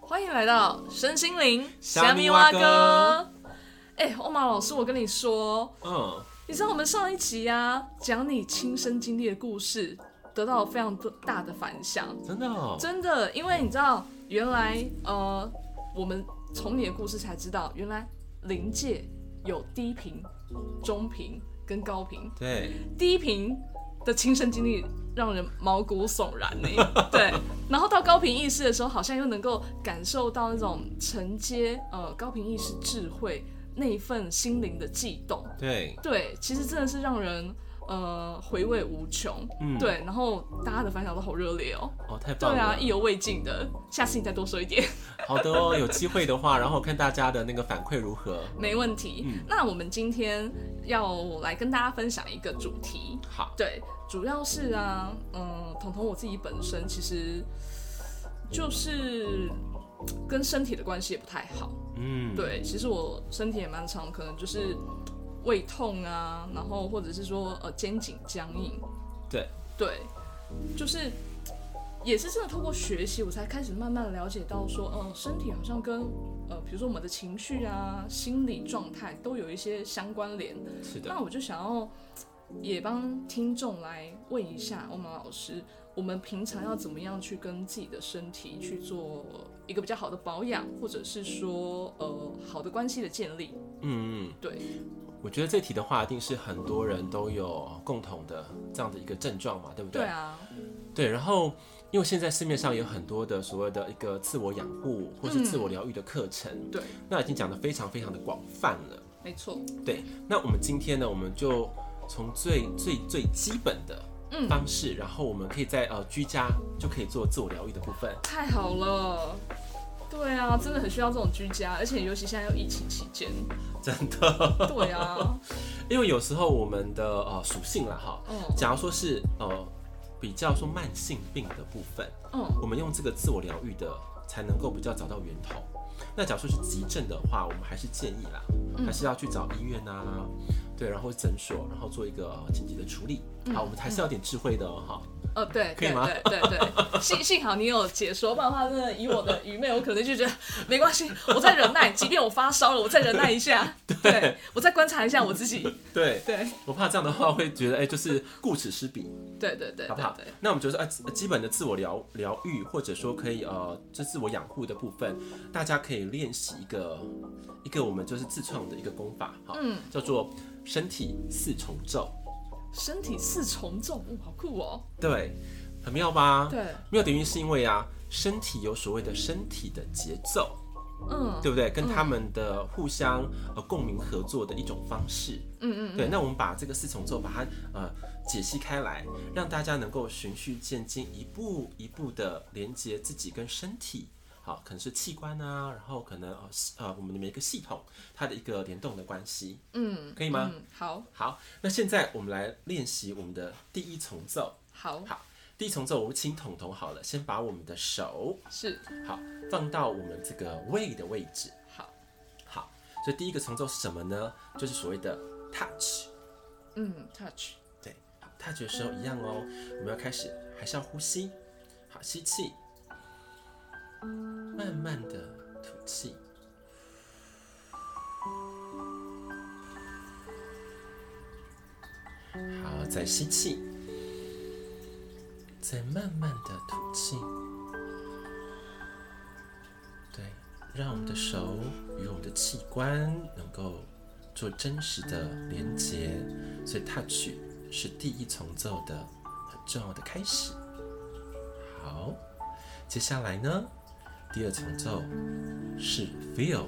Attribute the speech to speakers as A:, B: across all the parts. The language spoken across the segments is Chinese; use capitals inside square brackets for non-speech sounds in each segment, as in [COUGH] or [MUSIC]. A: 欢迎来到身心灵
B: 虾米蛙
A: 蛙
B: 哥
A: 哥。哎、欧玛老师，我跟你说，
B: 嗯，
A: 你知道我们上一集啊，讲你亲身经历的故事，得到了非常大的反响，
B: 真的哦，
A: 真的，因为你知道，原来呃，我们从你的故事才知道，原来临界有低频、中频跟高频。
B: 对，
A: 低频的亲身经历让人毛骨悚然呢、
B: [LAUGHS]
A: 对，然后到高频意识的时候，好像又能够感受到那种承接呃高频意识智慧那一份心灵的悸动。
B: 对，
A: 对，其实真的是让人呃回味无穷。
B: 嗯，，
A: 对，然后大家的反响都好热烈哦。
B: 哦，太
A: 对
B: 棒了，
A: 啊，意犹未尽的，下次你再多说一
B: [LAUGHS]
A: 点，
B: 好的哦，有机会的话，然后看大家的那个反馈如何。
A: 没问题。
B: 嗯
A: 那我们今天要来跟大家分享一个主题，
B: 好，
A: 对，主要是啊，嗯，彤彤我自己本身其实就是跟身体的关系也不太好。
B: 嗯，，
A: 对，其实我身体也蛮常可能就是胃痛啊，然后或者是说呃肩颈僵硬。
B: 对
A: 对，就是也是真的透过学习，我才开始慢慢了解到说，嗯、身体好像跟呃比如说我们的情绪啊、心理状态都有一些相关联。
B: 是的，
A: 那我就想要也帮听众来问一下欧玛老师，我们平常要怎么样去跟自己的身体去做一个比较好的保养，或者是说呃好的关系的建立？
B: 嗯嗯，
A: 对，
B: 我觉得这题的话，一定是很多人都有共同的这样的一个症状嘛，对不
A: 对啊，
B: 对，然后因为现在市面上有很多的所谓的一个自我养护或是自我疗愈的课程，
A: 嗯对，
B: 那已经讲得非常非常的广泛了。
A: 没错，
B: 对，那我们今天呢，我们就从最最最基本的
A: 嗯
B: 方式，然后我们可以在呃居家就可以做自我疗愈的部分。 [LAUGHS]
A: 太好了。对啊，真的很需要这种居家，而且尤其现在又疫情期间，
B: 真的，
A: 对啊，
B: 因为有时候我们的呃属性啦哈，
A: 嗯
B: 假如说是呃比较说慢性病的部分，
A: 嗯，
B: 我们用这个自我疗愈的才能够比较找到源头。那假如说是急症的话，我们还是建议啦，
A: 嗯
B: 还是要去找医院啊，对，然后诊所，然后做一个呃紧急的处理。
A: 嗯
B: 好，我们还是要有点智慧的哦哈、
A: 哦，对，
B: 可以
A: 对
B: 吗
A: 对对对，幸幸好你有解说，不然的话，真的以我的愚昧，我可能就觉得没关系，我再忍耐，即便我发烧了，我再忍耐一
B: [LAUGHS]
A: 下，对我再观察一下我自己，
B: 对， [LAUGHS]
A: 对
B: 我怕这样的话会觉得，哎、就是顾此失彼，
A: 对对对
B: 好
A: 对
B: 不好？
A: 对，
B: 那我们就是呃基基本的自我疗疗愈，或者说可以呃，这自我养护的部分，大家可以练习一个一个我们就是自创的一个功法，好，
A: 嗯
B: 叫做身体四重奏，
A: 身体四重奏，哦，好酷哦，
B: 对，很妙吧？
A: 对，
B: 妙的原因是因为啊，身体有所谓的身体的节奏，
A: 嗯
B: 对不对？跟他们的互相呃共鸣合作的一种方式。
A: 嗯嗯
B: 对，那我们把这个四重奏把它呃解析开来，让大家能够循序渐进，一步一步的连接自己跟身体，好，可能是器官啊，然后可能呃系呃我们的每一个系统它的一个联动的关系，
A: 嗯，
B: 可以吗？
A: 嗯，好
B: 好，那现在我们来练习我们的第一重奏。
A: 好
B: 好，第一重奏我们请彤彤好了，先把我们的手
A: 是
B: 好放到我们这个胃的位置。
A: 好，
B: 好，所以第一个重奏是什么呢？就是所谓的 touch。
A: 嗯，touch，
B: 对，好，他觉得时候一样哦。我们要开始，还是要呼吸，好，吸气，慢慢的吐气，好，再吸气，再慢慢的吐气。对，让我们的手与我们的器官能够做真实的连接，所以 touch 是第一重奏的很重要的开始。好，接下来呢，第二重奏是 feel，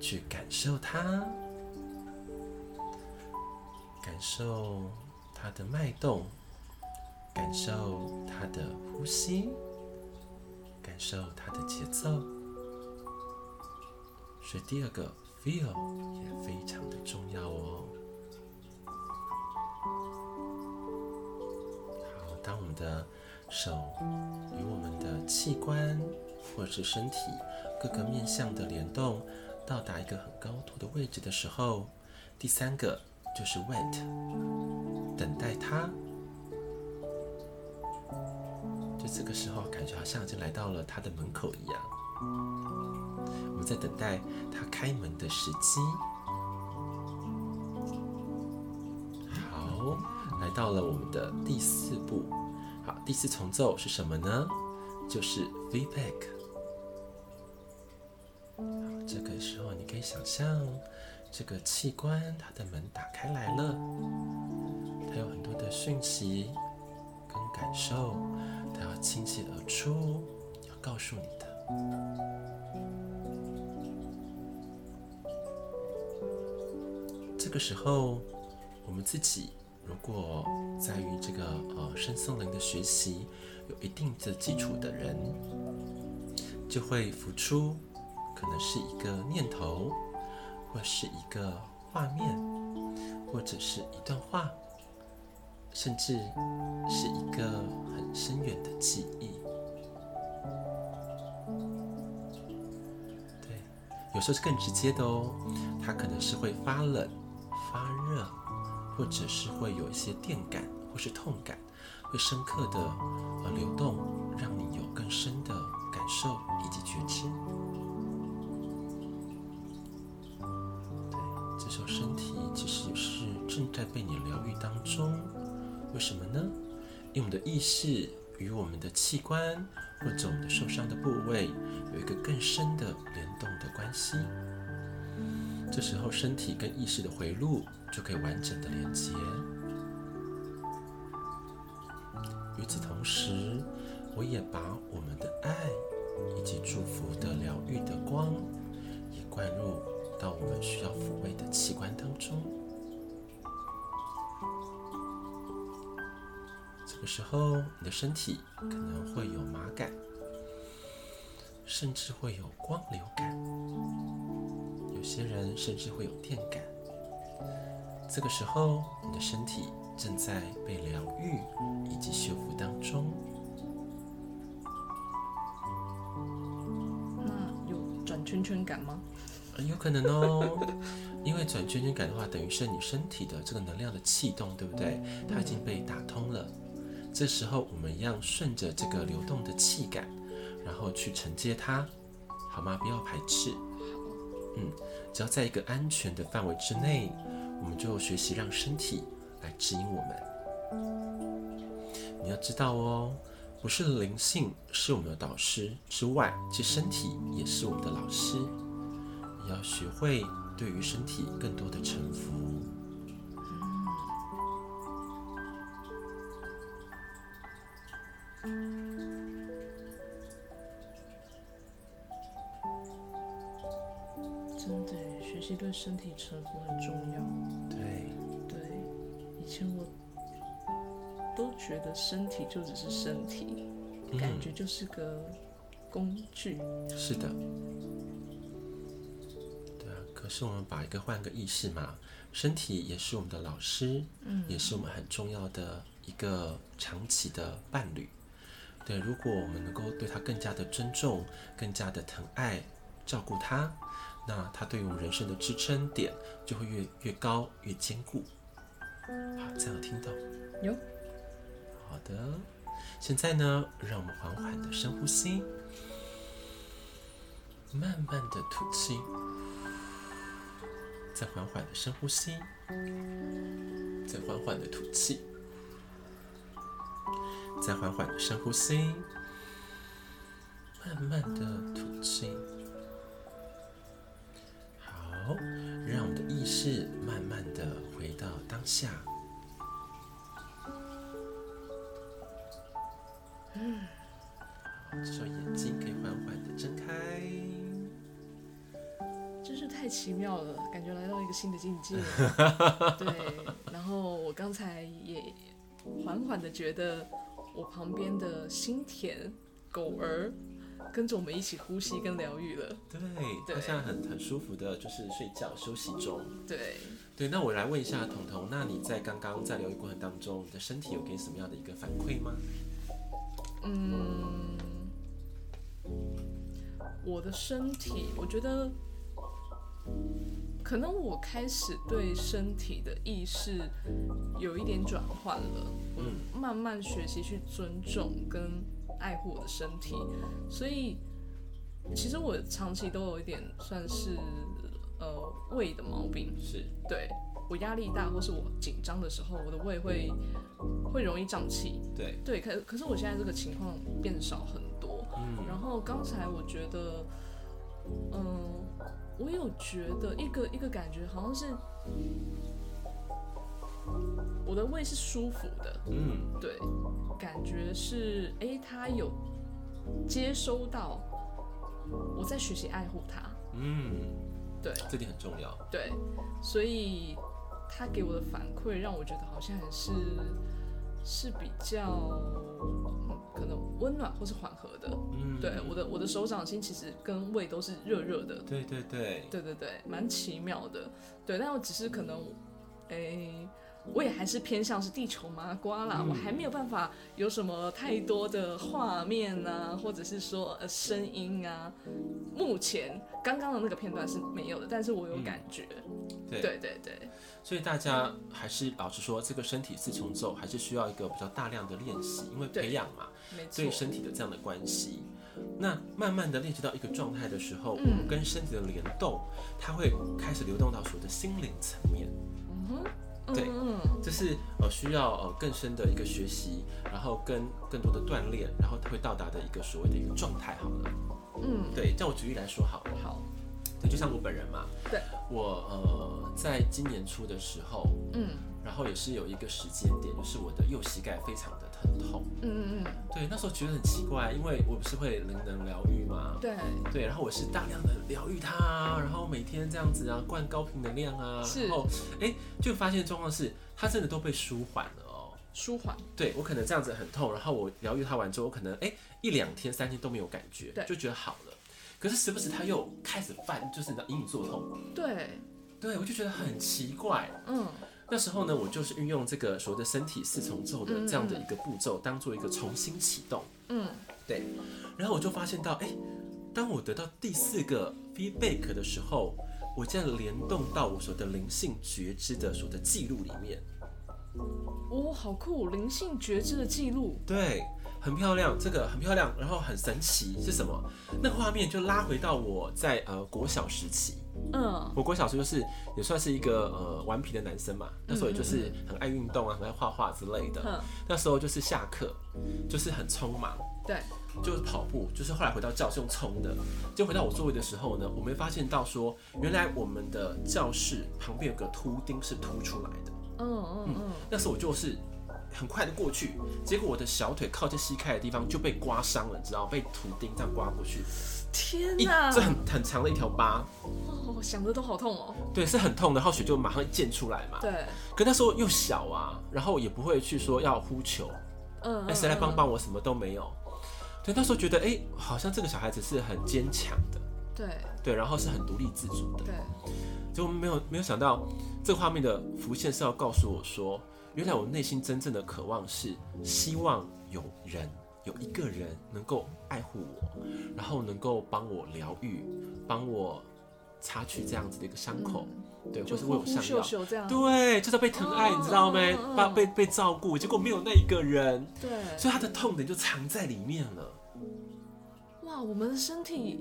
B: 去感受它，感受它的脉动，感受它的呼吸，感受它的节奏。所以第二个 feel 也非常的重要哦。好，当我们的手与我们的器官或者是身体各个面向的联动到达一个很高度的位置的时候，第三个就是 wait，等待它。就这个时候，感觉好像已经来到了它的门口一样。我们在等待它开门的时机。好，来到了我们的第四步。好，第四重奏是什么呢？就是 feedback。好，这个时候你可以想象，这个器官它的门打开来了，它有很多的讯息跟感受，它要倾泻而出，要告诉你的。这个时候，我们自己如果在于这个呃身心灵的学习有一定的基础的人，就会浮出可能是一个念头，或是一个画面，或者是一段话，甚至是一个很深远的记忆。对，有时候是更直接的哦，它可能是会发冷、发热，或者是会有一些电感或是痛感，会深刻的呃流动，让你有更深的感受以及觉知。对，这时候身体其实是正在被你疗愈当中，为什么呢？因为我们的意识与我们的器官或者我们的受伤的部位有一个更深的联动的关系。这时候身体跟意识的回路就可以完整的连接。与此同时，我也把我们的爱以及祝福的疗愈的光，也灌入到我们需要抚慰的器官当中。这个时候，你的身体可能会有麻感，甚至会有光流感。有些人甚至会有电感。这个时候，你的身体正在被疗愈以及修复当中。
A: 那有转圈圈感吗？
B: 呃有可能哦，因为转圈圈感的话，等于是你身体的这个能量的气动，对不对？它已经被打通了。这时候我们一样顺着这个流动的气感，然后去承接它，好吗？不要排斥。嗯，只要在一个安全的范围之内，我们就学习让身体来指引我们。你要知道哦，不是灵性是我们的导师之外，其实身体也是我们的老师。也要学会对于身体更多的臣服。
A: 真的耶，学习对身体臣服很重要。
B: 对，
A: 对，以前我都觉得身体就只是身体，感觉就是个工具。
B: 是的。对啊，可是我们把一个换个意识嘛，身体也是我们的老师，
A: 嗯
B: 也是我们很重要的一个长期的伴侣。对，如果我们能够对他更加的尊重、更加的疼爱、照顾他，那他对于我们人生的支撑点就会越越高、越坚固。好，这样有听懂。
A: 有，
B: 好的，现在呢，让我们缓缓的深呼吸，慢慢的吐气，再缓缓的深呼吸，再缓缓的吐气，再缓缓的深呼吸，慢慢的吐气。好，让我们的意识慢慢的回到当下。这时候眼睛可以缓缓的睁开，
A: 真是太奇妙了，感觉来到一个新的境界。对，然后我刚才也缓缓的觉得我旁边的心田狗儿跟着我们一起呼吸跟疗愈了。
B: 对，
A: 对
B: 好像很很舒服的，就是睡觉休息中。
A: 对，
B: 对，那我来问一下彤彤，那你在刚刚在疗愈过程当中，你的身体有给什么样的一个反馈吗？
A: 嗯，我的身体，我觉得可能我开始对身体的意识有一点转换了，
B: 嗯，
A: 慢慢学习去尊重跟爱护我的身体，所以其实我长期都有一点算是呃胃的毛病，
B: 是
A: 对我压力大或是我紧张的时候，我的胃会会容易胀气。
B: 对，
A: 对，可可是我现在这个情况变少很多。
B: 嗯，
A: 然后刚才我觉得，嗯、我有觉得一个一个感觉，好像是我的胃是舒服的，
B: 嗯，
A: 对，感觉是哎、诶它有接收到我在学习爱护它，
B: 嗯，
A: 对
B: 这点很重要。
A: 对，所以他给我的反馈让我觉得好像还是是比较。嗯可能温暖或是缓和的，
B: 嗯，
A: 对，我的我的手掌心其实跟胃都是热热的，
B: 对对对，
A: 对对对，蛮奇妙的。对，但我只是可能，诶、我也还是偏向是地球麻瓜啦，
B: 嗯
A: 我还没有办法有什么太多的画面啊，或者是说呃声音啊。目前刚刚的那个片段是没有的，但是我有感觉。
B: 对
A: 对对对，
B: 所以大家还是老实说，这个身体四重奏还是需要一个比较大量的练习，因为
A: 对
B: 培养嘛，
A: 没错
B: 对。身体的这样的关系。那慢慢的练习到一个状态的时候，
A: 嗯
B: 跟身体的联动，它会开始流动到所谓的心灵层面，
A: 嗯哼，嗯
B: 对
A: 嗯
B: 这是呃需要呃更深的一个学习，然后跟更多的锻炼，然后会到达的一个所谓的一个状态好了。
A: 嗯，
B: 对，叫我举例来说好了，
A: 好，
B: 对，就像我本人嘛，
A: 对，
B: 我呃在今年初的时候，
A: 嗯
B: 然后也是有一个时间点，就是我的右膝盖非常的疼痛。
A: 嗯嗯嗯，
B: 对，那时候觉得很奇怪，因为我不是会灵能疗愈吗？
A: 对，
B: 对，然后我是大量的疗愈它啊，然后每天这样子啊，灌高频能量啊，
A: 是
B: 然后哎，就发现状况是它真的都被舒缓了哦。
A: 舒缓，
B: 对我可能这样子很痛，然后我疗愈它完之后，我可能哎一两天、三天都没有感觉
A: 对，
B: 就觉得好了。可是时不时它又开始犯，就是你知道隐隐作痛，
A: 对，
B: 对我就觉得很奇怪。
A: 嗯
B: 那时候呢，我就是运用这个所谓的身体四重奏的这样的一个步骤，当做一个重新启动。
A: 嗯，
B: 对，然后我就发现到，哎、当我得到第四个 feedback 的时候，我竟然联动到我所的灵性觉知的所的记录里面。
A: 哦，好酷，灵性觉知的记录，
B: 对，很漂亮，这个很漂亮，然后很神奇是什么？那画面就拉回到我在呃国小时期，
A: 嗯
B: 我国小时候就是也算是一个呃顽皮的男生嘛，那时候也就是很爱运动啊，很爱画画之类的。
A: 哼，
B: 那时候就是下课，就是很匆忙，
A: 对，
B: 就是跑步，就是后来回到教室用冲的。就回到我座位的时候呢，我们发现到说，原来我们的教室旁边有个凸钉是凸出来的。
A: 嗯嗯嗯，
B: 那时候我就是很快的过去，结果我的小腿靠近膝盖的地方就被刮伤了，你知道，被图钉这样刮过去，
A: 天
B: 一
A: 哪！
B: 这很很长的一条疤，
A: 哦，我想的都好痛哦。
B: 对，是很痛的，然后血就马上溅出来嘛。
A: 对，
B: 可那时候又小啊，然后也不会去说要呼求，
A: 嗯，
B: 哎，
A: 嗯
B: 谁来帮？帮我？什么都没有。对，那时候觉得，哎、好像这个小孩子是很坚强的，
A: 嗯对
B: 对，然后是很独立自主的。
A: 对，
B: 结果没有没有想到，这个画面的浮现是要告诉我说，原来我内心真正的渴望是希望有人有一个人能够爱护我，然后能够帮我疗愈，帮我擦去这样子的一个伤口，对，
A: 嗯
B: 或
A: 就是
B: 为我
A: 呼呼
B: 上
A: 秀。
B: 药
A: 秀这样。
B: 对，就是要被疼爱，
A: 哦
B: 你知道没
A: 嗯嗯？
B: 帮被被照顾，结果没有那一个人，
A: 对，
B: 所以他的痛点就藏在里面了。
A: 哇，我们的身体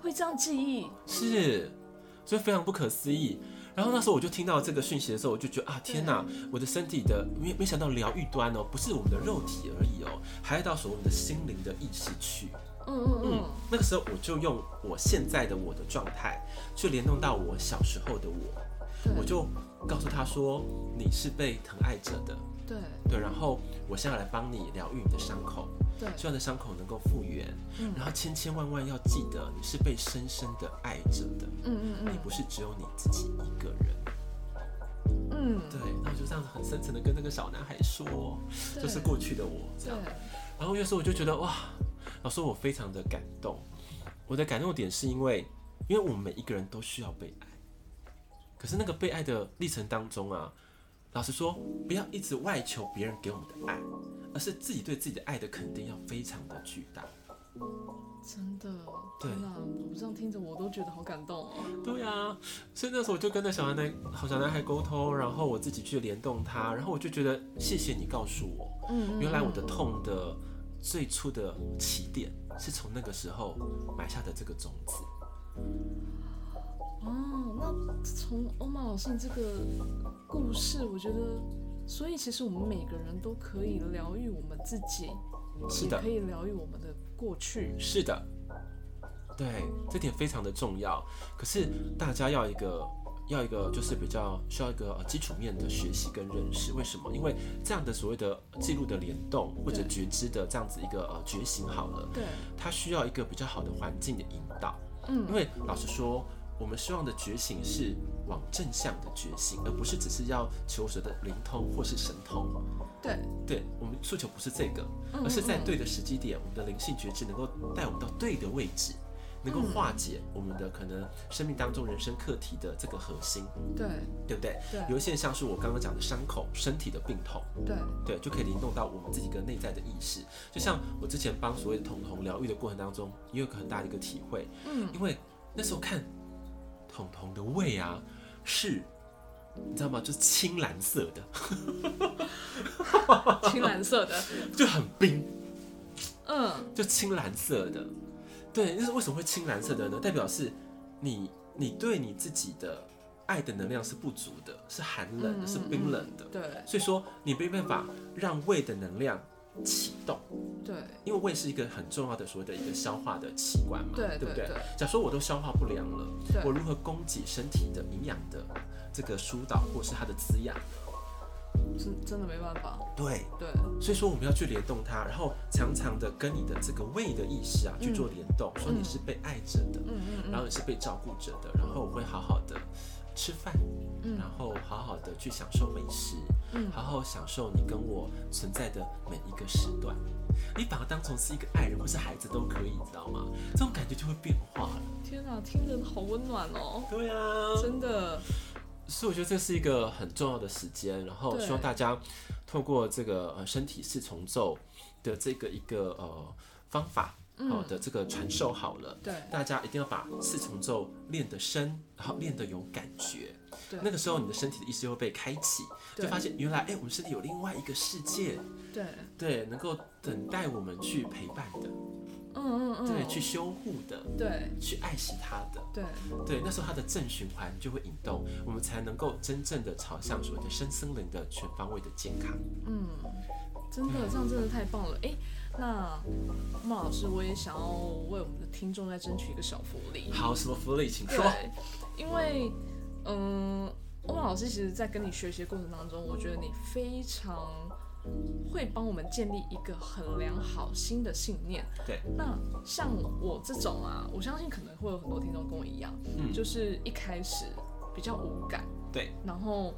A: 会这样记忆，
B: 是，所以非常不可思议。然后那时候我就听到这个讯息的时候，我就觉得啊，天哪！我的身体的没没想到疗愈端哦，不是我们的肉体而已哦，还要到所谓的心灵的意识去。
A: 嗯嗯
B: 嗯
A: 嗯，，
B: 那个时候我就用我现在的我的状态去联动到我小时候的我，
A: 对，
B: 我就告诉他说，你是被疼爱着的，
A: 对
B: 对，然后我现在来帮你疗愈你的伤口，
A: 对，
B: 希望你的伤口能够复原，
A: 嗯
B: 然后千千万万要记得你是被深深的爱着的。
A: 嗯
B: 你
A: 嗯
B: 不是只有你自己一个人。
A: 嗯嗯，
B: 对，那我就这样子很深层的跟那个小男孩说，
A: 对
B: 这是过去的我这
A: 对
B: 样。然后那时候我就觉得哇，老师我非常的感动。我的感动点是因为，因为我们每一个人都需要被爱，可是那个被爱的历程当中啊，老实说，不要一直外求别人给我们的爱，而是自己对自己的爱的肯定要非常的巨大。
A: 真的，
B: 对
A: 天哪我这样听着我都觉得好感动哦。
B: 对啊，所以那时候我就跟那小男孩、好小男孩沟通，然后我自己去联动他，然后我就觉得谢谢你告诉我，
A: 嗯，嗯
B: 原来我的痛的最初的起点
A: 嗯
B: 是从那个时候埋下的这个种子。
A: 哦，那从欧玛老师你这个故事，我觉得，所以其实我们每个人都可以疗愈我们自己，
B: 是
A: 也
B: 的
A: 可，以疗愈我们的过去。
B: 是的，对，这点非常的重要。可是大家要一个要一个就是比较需要一个呃基础面的学习跟认识。为什么？因为这样的所谓的记录的联动或者
A: 对
B: 觉知的这样子一个呃觉醒好了，
A: 对，
B: 它需要一个比较好的环境的引导。
A: 嗯
B: 因为老实说，我们希望的觉醒是往正向的觉醒，而不是只是要求所谓的灵通或是神通。
A: 对，
B: 对我们诉求不是这个，
A: 嗯
B: 而是在
A: 嗯
B: 对的时机点，我们的灵性觉知能够带我们到对的位置，能够化解我们的可能生命当中人生课题的这个核心，
A: 对，
B: 对不对？
A: 对
B: 有一些像是我刚刚讲的伤口、身体的病痛，
A: 对，
B: 对，就可以联动到我们自己跟内在的意识。就像我之前帮所谓的童童疗愈的过程当中，也有个很大的一个体会，
A: 嗯，
B: 因为那时候看童童的胃啊是。你知道吗？就是青蓝色的，
A: 青蓝色
B: [LAUGHS]
A: 的，
B: 就很冰
A: 嗯，
B: 就青蓝色的。对，就是为什么会青蓝色的呢？代表是你你对你自己的爱的能量是不足的，是寒冷的，
A: 嗯
B: 是冰冷的。
A: 对，
B: 所以说你没办法让胃的能量启动，
A: 对，
B: 因为胃是一个很重要的所谓的一个消化的器官嘛，
A: 对
B: 不
A: 对对
B: 假说我都消化不良了，
A: 对
B: 我如何供给身体的营养的这个疏导或是它的滋养？
A: 真真的没办法，
B: 对，
A: 对，
B: 所以说我们要去联动它，然后常常的跟你的这个胃的意识啊去做联动，说你是被爱着的，
A: 嗯嗯
B: 然后你是被照顾着的，然后我会好好的吃饭，
A: 嗯
B: 然后好好的去享受美食，
A: 嗯
B: 好好享受你跟我存在的每一个时段。你把它当成是一个爱人或是孩子都可以，你知道吗？这种感觉就会变化了。
A: 天啊，听着好温暖哦，
B: 对啊，
A: 真的，
B: 所以我觉得这是一个很重要的时间，然后
A: 对
B: 希望大家透过这个呃身体四重奏的这个一个呃方法，好、的这个传授好了，
A: 嗯对
B: 大家一定要把四重奏练得深，然后练得有感觉，
A: 对
B: 那个时候你的身体的意识又被开启，就
A: 对
B: 发现原来哎、我们身体有另外一个世界，
A: 对，
B: 对，能够等待我们去陪伴的，
A: 嗯嗯嗯，
B: 对，去修护的，
A: 对
B: 去爱惜它的，
A: 对
B: 对，那时候它的正循环就会引动，我们才能够真正的朝向所谓的深森林的全方位的健康。
A: 嗯，真的，
B: 嗯
A: 这样真的太棒了。哎、那孟老师，我也想要为我们的听众再争取一个小福利。
B: 好，什么福利，请说。
A: 对，因为，嗯、欧曼老师其实，在跟你学习的过程当中，我觉得你非常会帮我们建立一个很良好新的信念。
B: 对，
A: 那像我这种啊，我相信可能会有很多听众跟我一样，
B: 嗯
A: 就是一开始比较无感，
B: 对，
A: 然后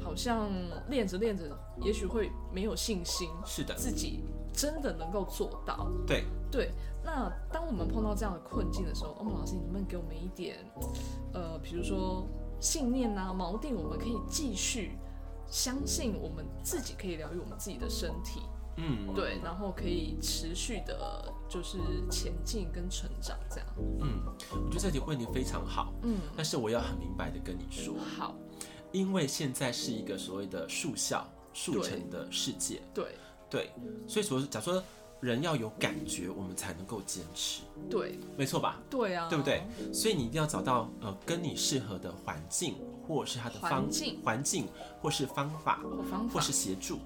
A: 好像练着练着，也许会没有信心，
B: 是的，
A: 自己真的能够做到。
B: 对，
A: 对，那当我们碰到这样的困境的时候，欧盟老师，你能不能给我们一点，呃，比如说信念啊、锚定，我们可以继续相信我们自己可以疗愈我们自己的身体，
B: 嗯，，
A: 对，然后可以持续的，就是前进跟成长这样。
B: 嗯，我觉得这题问题非常好，
A: 嗯，
B: 但是我要很明白的跟你说，
A: 好，
B: 因为现在是一个所谓的速效速成的世界，
A: 对
B: 对，所以说假如说人要有感觉，我们才能够坚持，
A: 对
B: 没错吧？
A: 对啊，
B: 对不对？？所以你一定要找到呃跟你适合的环境，或是它的方
A: 环境
B: 环境或是方法，
A: 或方法
B: 或是协助，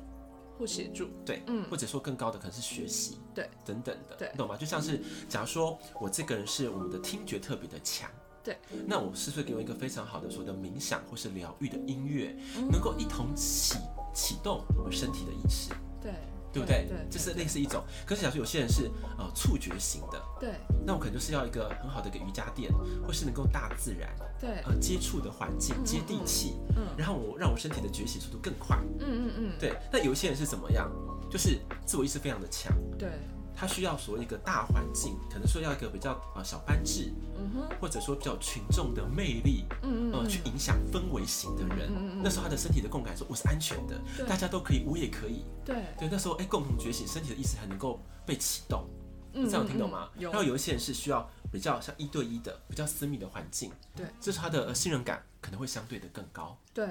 A: 或协助，
B: 对，
A: 嗯
B: 或者说更高的可能是学习，
A: 对，
B: 等等的，
A: 对
B: 你懂吗？就像是假如说我这个人是我们的听觉特别的强，
A: 对，
B: 那我是不是给我一个非常好的所谓的冥想或是疗愈的音乐，
A: 嗯
B: 能够一同启启动我们身体的意识，
A: 对
B: 对不对？
A: 对，
B: 这是类似一种。可是假如说有些人是呃触觉型的，
A: 对
B: 那我可能就是要一个很好的一个瑜伽垫，或是能够大自然
A: 对，
B: 呃接触的环境、接地气，
A: 嗯
B: 然后我让我身体的觉醒速度更快。
A: 嗯嗯嗯，
B: 对，那有一些人是怎么样？就是自我意识非常的强，
A: 对，
B: 他需要所谓一个大环境，可能说要一个比较呃小班制，
A: 嗯哼，
B: 或者说比较有群众的魅力，
A: 嗯嗯
B: 呃，
A: 嗯
B: 去影响氛围型的人。
A: 嗯嗯嗯
B: 那时候他的身体的共感说我是安全的，
A: 对
B: 大家都可以，我也可以。
A: 对，
B: 对，那时候哎、共同觉醒，身体的意识还能够被启动。
A: 嗯
B: 这样有听懂
A: 嗯
B: 吗？
A: 嗯有
B: 然后有一些人是需要比较像一对一的、比较私密的环境，
A: 对
B: 这是他的呃信任感可能会相对的更高。
A: 对。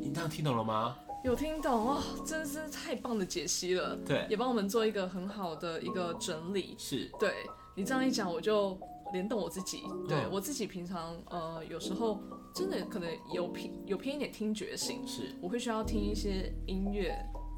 B: 你这样听懂了吗？
A: 有听懂哇、真是太棒的解析了，
B: 对
A: 也帮我们做一个很好的一个整理。
B: 是，
A: 对，你这样一讲，我就联动我自己，对、
B: 嗯
A: 我自己平常呃有时候真的可能有偏有偏一点听觉性，
B: 是
A: 我会需要听一些音乐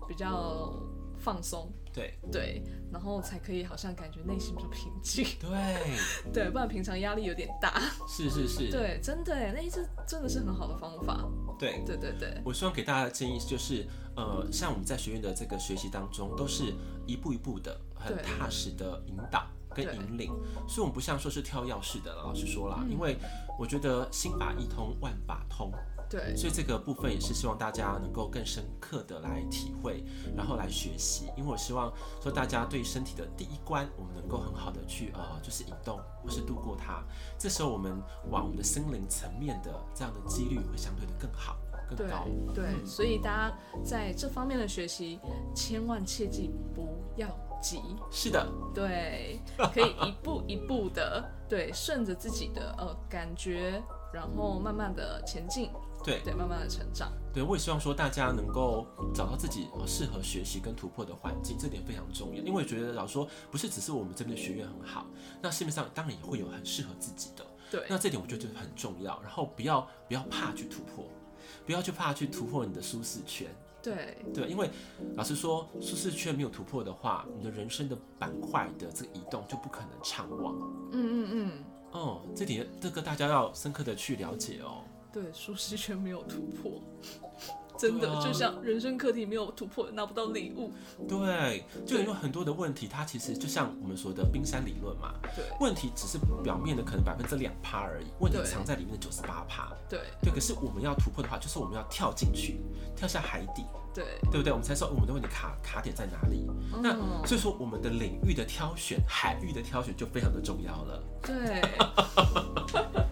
A: 比较放松，
B: 对
A: 对，然后才可以好像感觉内心比较平静， [LAUGHS]
B: 对，
A: 对，不然平常压力有点大，
B: 是是是，
A: 对，真的耶那一次真的是很好的方法，
B: 对。
A: 对对对，
B: 我希望给大家的建议就是，呃，像我们在学院的这个学习当中，都是一步一步的、很
A: 对
B: 踏实的引导跟
A: 对
B: 引领，所以我们不像说是跳钥匙的啦，老实说啦，
A: 嗯
B: 因为我觉得心法一通，万法通，
A: 对
B: 所以这个部分也是希望大家能够更深刻的来体会，然后来学习。因为我希望说大家对身体的第一关，我们能够很好的去呃，就是引动或是度过它。这时候我们往我们的心灵层面的这样的几率会相对的更好、更
A: 对
B: 高。嗯
A: 对，所以大家在这方面的学习，千万切记不要急，
B: 是的，
A: 对，可以一步一步的，对，顺着自己的呃感觉，然后慢慢的前进，
B: 对
A: 对，慢慢的成长，
B: 对，我也希望说大家能够找到自己呃适合学习跟突破的环境，这点非常重要。因为我觉得老实说不是只是我们这边的学院很好，那市面上当然也会有很适合自己的。
A: 对
B: 那这点我觉得就是很重要，然后不要不要怕去突破，不要去怕去突破你的舒适圈，
A: 对
B: 对，因为老实说，舒适圈没有突破的话，你的人生的板块的这个移动就不可能畅旺。
A: 嗯嗯嗯，
B: 哦、这点这个大家要深刻的去了解哦。
A: 对，舒适圈没有突破， [LAUGHS] 真的、
B: 对啊
A: 就像人生课题没有突破，拿不到礼物，
B: 对，就有很多的问题，它其实就像我们说的冰山理论嘛，
A: 对
B: 问题只是表面的可能百分之两趴而已，问题
A: 对
B: 藏在里面的九十八趴。
A: 对
B: 对，可是我们要突破的话，就是我们要跳进去，跳下海底，
A: 对，
B: 对不对？我们才说我们的问题卡卡点在哪里。那
A: 嗯
B: 所以说，我们的领域的挑选、海域的挑选就非常的重要了。
A: 对， [LAUGHS]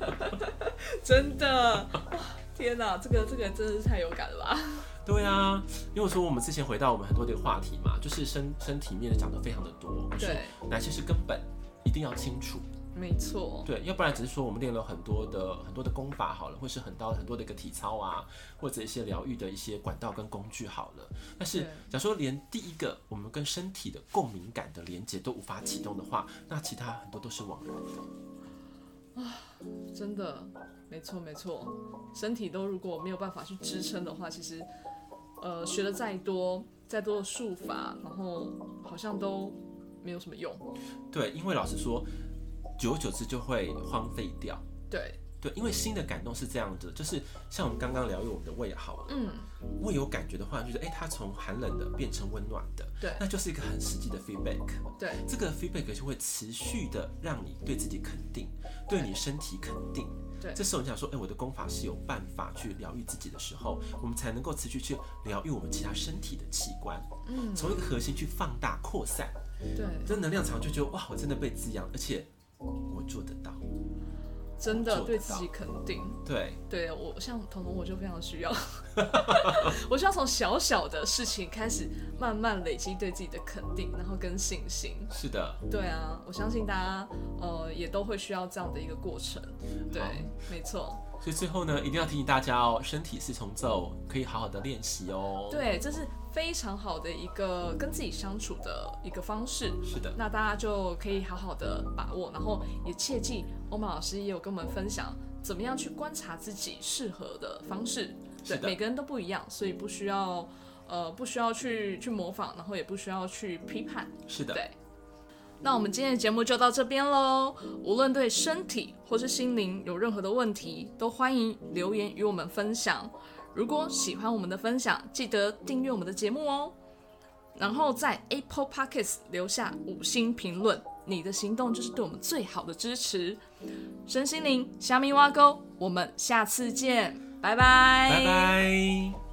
A: 真的，哇，天哪，这个这个真的是太有感了吧？
B: 对啊，因为说我们之前回到我们很多的话题嘛，就是身身体面的讲的非常的多，我们说
A: 对，
B: 哪些是根本，一定要清楚。
A: 没错，
B: 对，要不然只是说我们练了很多的很多的功法好了，或是很多很多的一个体操啊，或者一些疗愈的一些管道跟工具好了。但是
A: 对
B: 假如说连第一个我们跟身体的共鸣感的连接都无法启动的话，那其他很多都是枉然的。
A: 真的，没错没错，身体都如果没有办法去支撑的话，其实，呃，学的再多再多的术法，然后好像都没有什么用。
B: 对，因为老实说，久而久之就会荒废掉。
A: 对，
B: 对，因为新的感动是这样子，就是像我们刚刚疗愈我们的胃好了，
A: 嗯，
B: 胃有感觉的话，就是哎、它从寒冷的变成温暖的，
A: 对
B: 那就是一个很实际的 feedback。
A: 对
B: 这个 feedback 就会持续的让你对自己肯定，对你身体肯定。
A: 对
B: 这时候你想说，哎、我的功法是有办法去疗愈自己的时候，我们才能够持续去疗愈我们其他身体的器官，
A: 嗯，
B: 从一个核心去放大扩散，
A: 对，
B: 这能量场就觉得哇，我真的被滋养，而且我做得到。
A: 真
B: 做
A: 的
B: 得
A: 对自
B: 到
A: 己肯定。
B: 对
A: 对我像彤彤，我就非常需要， [LAUGHS] 我需要从小小的事情开始，慢慢累积对自己的肯定，然后跟信心。
B: 是的，
A: 对啊，我相信大家呃也都会需要这样的一个过程。对
B: 好，
A: 没错。
B: 所以最后呢，一定要提醒大家哦，身体是重奏，可以好好的练习哦。，
A: 对，这是非常好的一个跟自己相处的一个方式。
B: 是的，
A: 那大家就可以好好的把握，然后也切记，欧玛老师也有跟我们分享怎么样去观察自己适合的方式。
B: 是
A: 对，
B: 的
A: 每个人都不一样，所以不需要呃不需要去去模仿，然后也不需要去批判。
B: 是的，
A: 对。那我们今天的节目就到这边喽。无论对身体或是心灵有任何的问题，都欢迎留言与我们分享。如果喜欢我们的分享，记得订阅我们的节目哦。然后在 Apple Podcasts 留下五星评论，你的行动就是对我们最好的支持。身心灵虾米挖沟，我们下次见，拜拜，
B: 拜拜。